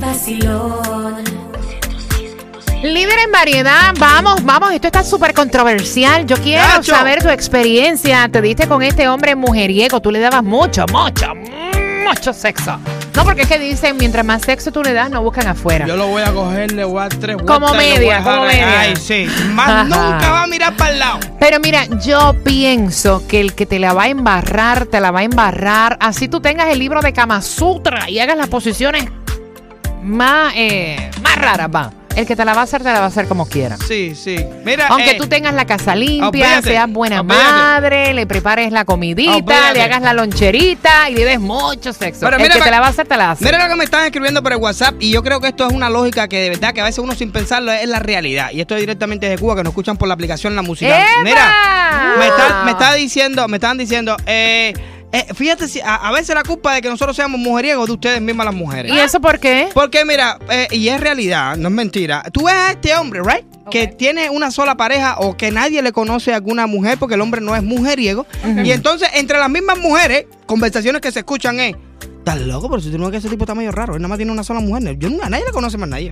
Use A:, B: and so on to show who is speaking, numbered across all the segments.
A: Vacilón.
B: Líder en variedad, vamos, vamos, esto está súper controversial. Yo quiero
C: Nacho.
B: saber tu experiencia. Te diste con este hombre mujeriego, tú le dabas mucho, mucho, mucho sexo. No, porque es que dicen, mientras más sexo tú le das, no buscan afuera.
C: Yo lo voy a coger, le voy a dar tres
B: Como
C: vueltas y lo voy
B: media,
C: a dejar
B: como
C: en-
B: media.
C: Ay, sí. Más
B: Ajá.
C: nunca va a mirar para el lado.
B: Pero mira, yo pienso que el que te la va a embarrar, te la va a embarrar. Así tú tengas el libro de Kama Sutra y hagas las posiciones más, eh, más raras, va. El que te la va a hacer, te la va a hacer como quiera.
C: Sí, sí. Mira,
B: Aunque
C: eh,
B: tú tengas la casa limpia,
C: olvídate,
B: seas buena
C: olvídate.
B: madre, le prepares la comidita,
C: Olvídate.
B: le hagas la loncherita y le des mucho sexo.
C: Pero
B: el
C: mira
B: que
C: la-
B: te la va a hacer, te la hace.
C: Mira lo que me están escribiendo por el WhatsApp y yo creo que esto es una lógica que de verdad que a veces uno sin pensarlo es la realidad. Y esto es directamente desde Cuba que nos escuchan por la aplicación La Música.
B: ¡Epa! Ah.
C: Mira, me están, me está diciendo, me están diciendo, eh, eh, fíjate, si, a, a veces la culpa de que nosotros seamos mujeriegos es de ustedes mismas las mujeres.
B: ¿Y eso por qué?
C: Porque mira, eh, y es realidad, no es mentira. Tú ves a este hombre, ¿right? Que tiene una sola pareja o que nadie le conoce a alguna mujer porque el hombre no es mujeriego. Y entonces, entre las mismas mujeres, conversaciones que se escuchan es: ¿Estás loco? Pero si tú no ves que ese tipo está medio raro, él nada más tiene una sola mujer. Yo nunca, nadie le conoce más a nadie.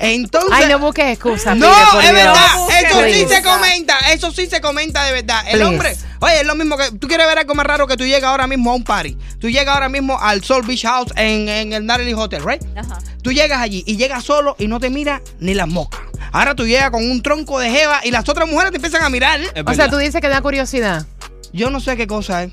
C: Entonces.
B: Ay, no busques excusas.
C: No,
B: Pide, por
C: es
B: Dios.
C: verdad.
A: busques
C: Eso sí
B: Please.
C: se comenta. Eso sí se comenta de verdad. El
B: Please.
C: hombre. Oye, es lo mismo que. Tú quieres ver algo más raro que tú llegas ahora mismo a un party. Tú llegas ahora mismo al Soul Beach House en, en el Natalie Hotel, ¿right? Tú llegas allí y llegas solo y no te mira ni las moscas. Ahora tú llegas con un tronco de jeva y las otras mujeres te empiezan a mirar.
B: O sea, tú dices que da curiosidad.
C: Yo no sé qué cosa es.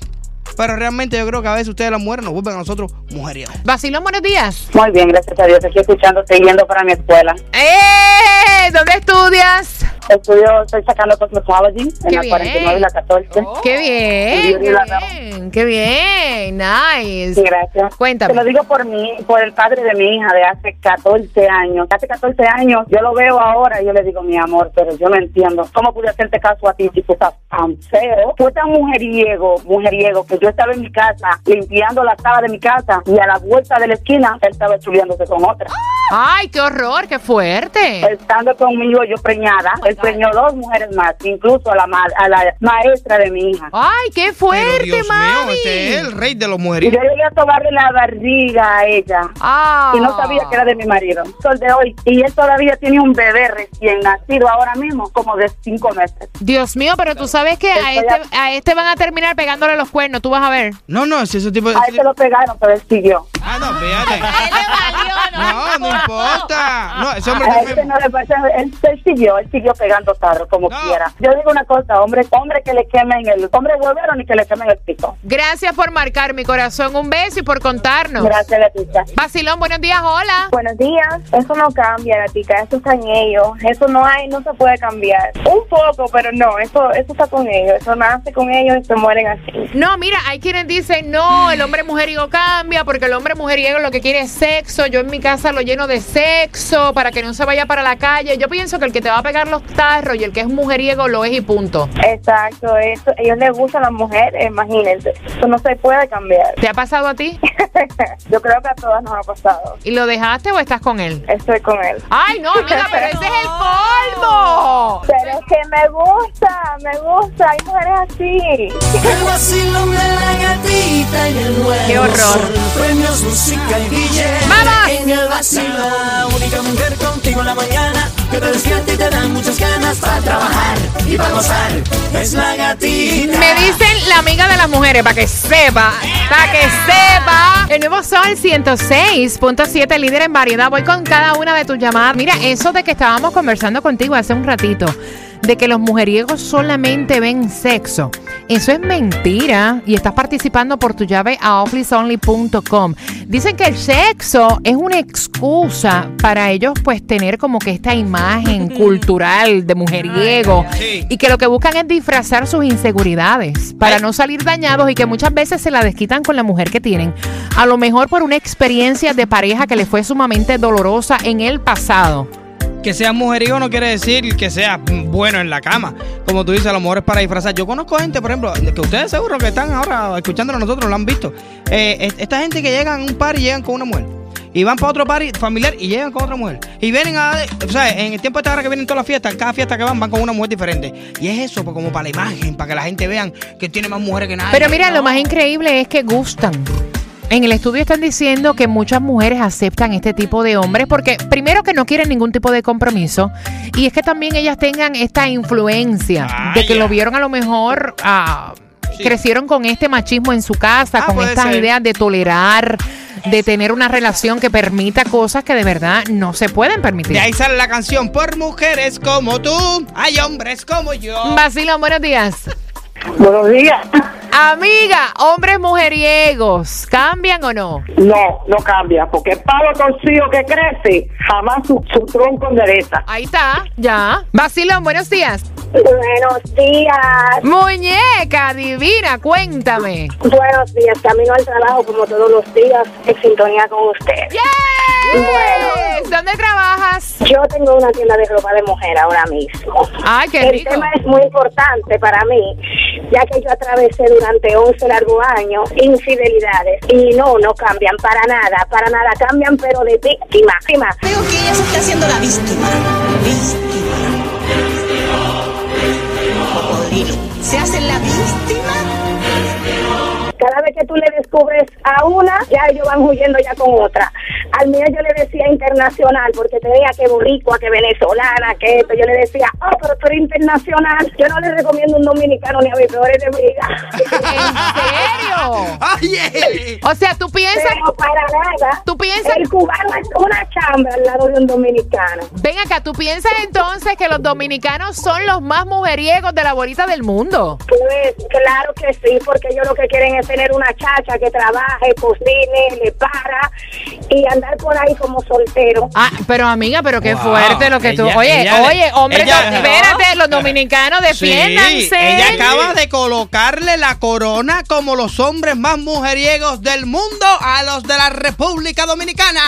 C: Pero realmente yo creo que a veces ustedes las mujeres nos vuelven a nosotros mujeres.
B: Vacilón, buenos días.
D: Muy bien, gracias a Dios. Estoy escuchando, estoy yendo para mi escuela.
B: ¡Eh! ¿Dónde estudias?
D: Estudio, estoy sacando Cosmetology en
B: Qué
D: la
B: bien. Oh,
D: 49 y la 14.
B: ¡Qué bien!
D: Dios
B: ¡Qué
D: la daba.
B: bien! ¡Qué bien! ¡Nice!
D: Sí, gracias.
B: Cuéntame.
D: Te lo digo por mí, por el padre de mi hija de hace 14 años. Hace 14 años yo lo veo ahora y yo le digo, mi amor, pero yo no entiendo. ¿Cómo pude hacerte caso a ti si tú estás tan feo? Fue tan mujeriego, mujeriego, que yo estaba en mi casa limpiando la sala de mi casa y a la vuelta de la esquina él estaba chuleándose con otra.
B: ¡Ay, qué horror! ¡Qué fuerte!
D: Pues, estando conmigo yo preñada, él preñó dos mujeres más, incluso a la, ma- a la maestra de mi hija.
B: ¡Ay, qué
C: Pero
B: fuerte,
C: Dios mío,
B: mami!
C: este es el rey de los
D: Y yo
C: mujeres.
D: llegué a tomarle la barriga a ella.
B: ¡Ah!
D: Y no sabía que era de mi marido. Sol de hoy. Y él todavía tiene un bebé recién nacido ahora mismo, como de cinco meses.
B: Dios mío, pero tú sabes que a
D: Estoy
B: este, a este van a terminar pegándole los cuernos, tú vas a ver.
C: No, no, si ese tipo de.
D: A él se lo pegaron, pero él siguió.
C: Ah, no, fíjate. No, no importa. No, ese hombre
B: Ah,
D: A él, se
C: también.
D: no le pasa- él, él siguió, él siguió pegando tarro, como
C: No.
D: quiera. Yo digo una cosa, hombre, hombre que le quemen el, hombre volvieron y que le quemen el pico.
B: Gracias por marcar mi corazón, un beso y por contarnos.
D: Gracias, Leticia.
B: Basilón, buenos días, hola.
E: Buenos días. Eso no cambia, Gatica. Eso está en ellos. Eso no hay, no se puede cambiar. Un poco, pero no. Eso, eso está con ellos. Eso nace con ellos y se mueren así.
B: No, mira, hay quienes dicen, no, el hombre mujeriego cambia porque el hombre mujeriego lo que quiere es sexo. Yo en mi casa lo lleno de sexo para que no se vaya para la calle. Yo pienso que el que te va a pegar los tarros y el que es mujeriego lo es y punto.
E: Exacto. Eso, ellos les gustan a las mujeres, imagínense. Eso no se puede cambiar.
B: ¿Te ha pasado a ti?
E: Yo creo que a todas nos ha pasado.
B: ¿Y lo dejaste o estás con él?
E: Estoy con él.
B: Ay, no, amiga, pero ese es el polvo.
E: Pero es que me gusta, me gusta. Hay mujeres así.
F: El vacilón de la gatita y el nuevo
B: Qué horror.
F: sol. Premios, música y billetes.
B: ¡Vamos!
F: En el vacilón. La única mujer contigo en la mañana. Que te despierta y te dan muchas ganas para trabajar y para gozar. Es la gatita.
B: Me dicen la amiga de las mujeres, para que sepa, para que sepa. El nuevo Sol 106.7, líder en variedad. Voy con cada una de tus llamadas. Mira, eso de que estábamos conversando contigo hace un ratito, de que los mujeriegos solamente ven sexo. Eso es mentira y estás participando por tu llave a officeonly.com. Dicen que el sexo es una excusa para ellos pues tener como que esta imagen cultural de mujeriego
C: Sí.
B: y que lo que buscan es disfrazar sus inseguridades para no salir dañados y que muchas veces se la desquitan con la mujer que tienen. A lo mejor por una experiencia de pareja que les fue sumamente dolorosa en el pasado.
C: Que sea mujeriego no quiere decir que sea bueno en la cama. Como tú dices, a lo mejor es para disfrazar. Yo conozco gente, por ejemplo, que ustedes seguro que están ahora escuchándonos nosotros, lo han visto. Eh, es- esta gente que llegan a un par y llegan con una mujer. Y van para otro party familiar y llegan con otra mujer. Y vienen a. O sea, en el tiempo de esta hora que vienen todas las fiestas, cada fiesta que van, van con una mujer diferente. Y es eso, pues, como para la imagen, para que la gente vean que tiene más mujeres que nadie.
B: Pero mira, lo
C: No.
B: más increíble es que gustan. En el estudio están diciendo que muchas mujeres aceptan este tipo de hombres porque primero que no quieren ningún tipo de compromiso y es que también ellas tengan esta influencia de que
C: Vaya.
B: lo vieron a lo mejor ah,
C: Sí.
B: crecieron con este machismo en su casa,
C: Ah,
B: con
C: puede
B: estas
C: ser.
B: ideas de tolerar, de tener una relación que permita cosas que de verdad no se pueden permitir.
C: De ahí sale la canción. Por mujeres como tú, hay hombres como yo.
B: Vacilón, buenos días.
D: Buenos días.
B: Amiga, hombres mujeriegos, ¿cambian o no?
D: No, no cambia, porque el palo torcido que crece jamás su, su tronco endereza.
B: Ahí está, ya. Vacilón, buenos días.
E: Buenos días.
B: Muñeca divina, cuéntame.
E: Buenos días. Camino al trabajo como todos los días en sintonía con usted.
B: ¡Yes! Pues, ¿Dónde trabajas?
E: Yo tengo una tienda de ropa de mujer ahora mismo.
B: Ay, qué
E: el
B: rico.
E: tema es muy importante para mí, ya que yo atravesé durante 11 largos años infidelidades y no, no cambian para nada, para nada cambian, pero de víctima. víctima.
G: Creo que ella se está haciendo la víctima. Víctima. Cocodrilo. Se hace la víctima.
E: Cada vez que tú le descubres a una, ya ellos van huyendo ya con otra. Al mío yo le decía internacional, porque tenía que boricua, que venezolana, que esto. Yo le decía, oh, pero tú eres internacional. Yo no le recomiendo un dominicano ni a mis peores de
B: ¿En serio?
C: ¡Oye!
B: O sea, tú piensas,
E: Pero para nada.
B: tú piensas,
E: El cubano es una chamba al lado de un dominicano.
B: ven acá, tú piensas entonces que los dominicanos son los más mujeriegos de la bolita del mundo.
E: Pues claro que sí, porque ellos lo que quieren es tener una chacha que trabaje, cocine, le para y andar por ahí como soltero.
B: Ah, pero amiga, pero qué
C: Wow,
B: fuerte lo que tú.
C: ella-
B: Oye,
C: ella le-
B: oye, hombre,
C: ella-
B: no- espérate, los dominicanos defiéndanse.
C: Sí, ella acaba de colocarle la corona como los hombres más mujeriegos del mundo a los de la República Dominicana.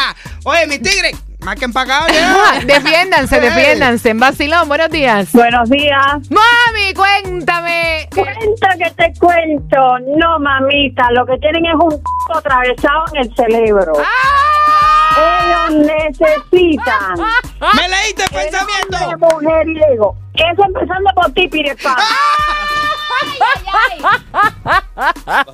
C: Oye, mi tigre, más que ¿eh? empacado
B: Ah,
C: ya.
B: defiéndanse,
C: Ey.
B: defiéndanse. En Vacilón, buenos días.
D: Buenos días.
B: Mami, cuéntame.
E: Cuento que te cuento, no mamita, lo que tienen es un atravesado en el cerebro. Ellos necesitan.
B: Ah.
C: ¡Me leíste el pensamiento!
E: mujeriego. Eso empezando por ti, Pirepa.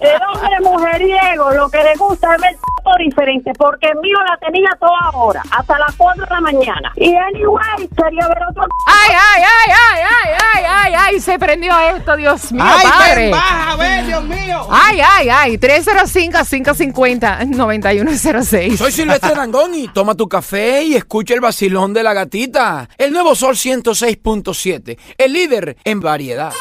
E: El hombre mujeriego lo que le gusta es ver todo diferente, porque el mío la tenía toda hora, hasta las 4 de la mañana. Y anyway, quería ver otro
B: Ay, ay, ay, ay, ay, ay, ay, ay, se prendió esto, Dios mío,
C: ¡Ay, ven,
B: padre.
C: baja, ven, Dios mío!
B: Ay, ay, ay, 305-550-9106.
H: Soy Silvestre Dangón y toma tu café y escucha el vacilón de la gatita. El nuevo Sol 106.7, el líder en variedad.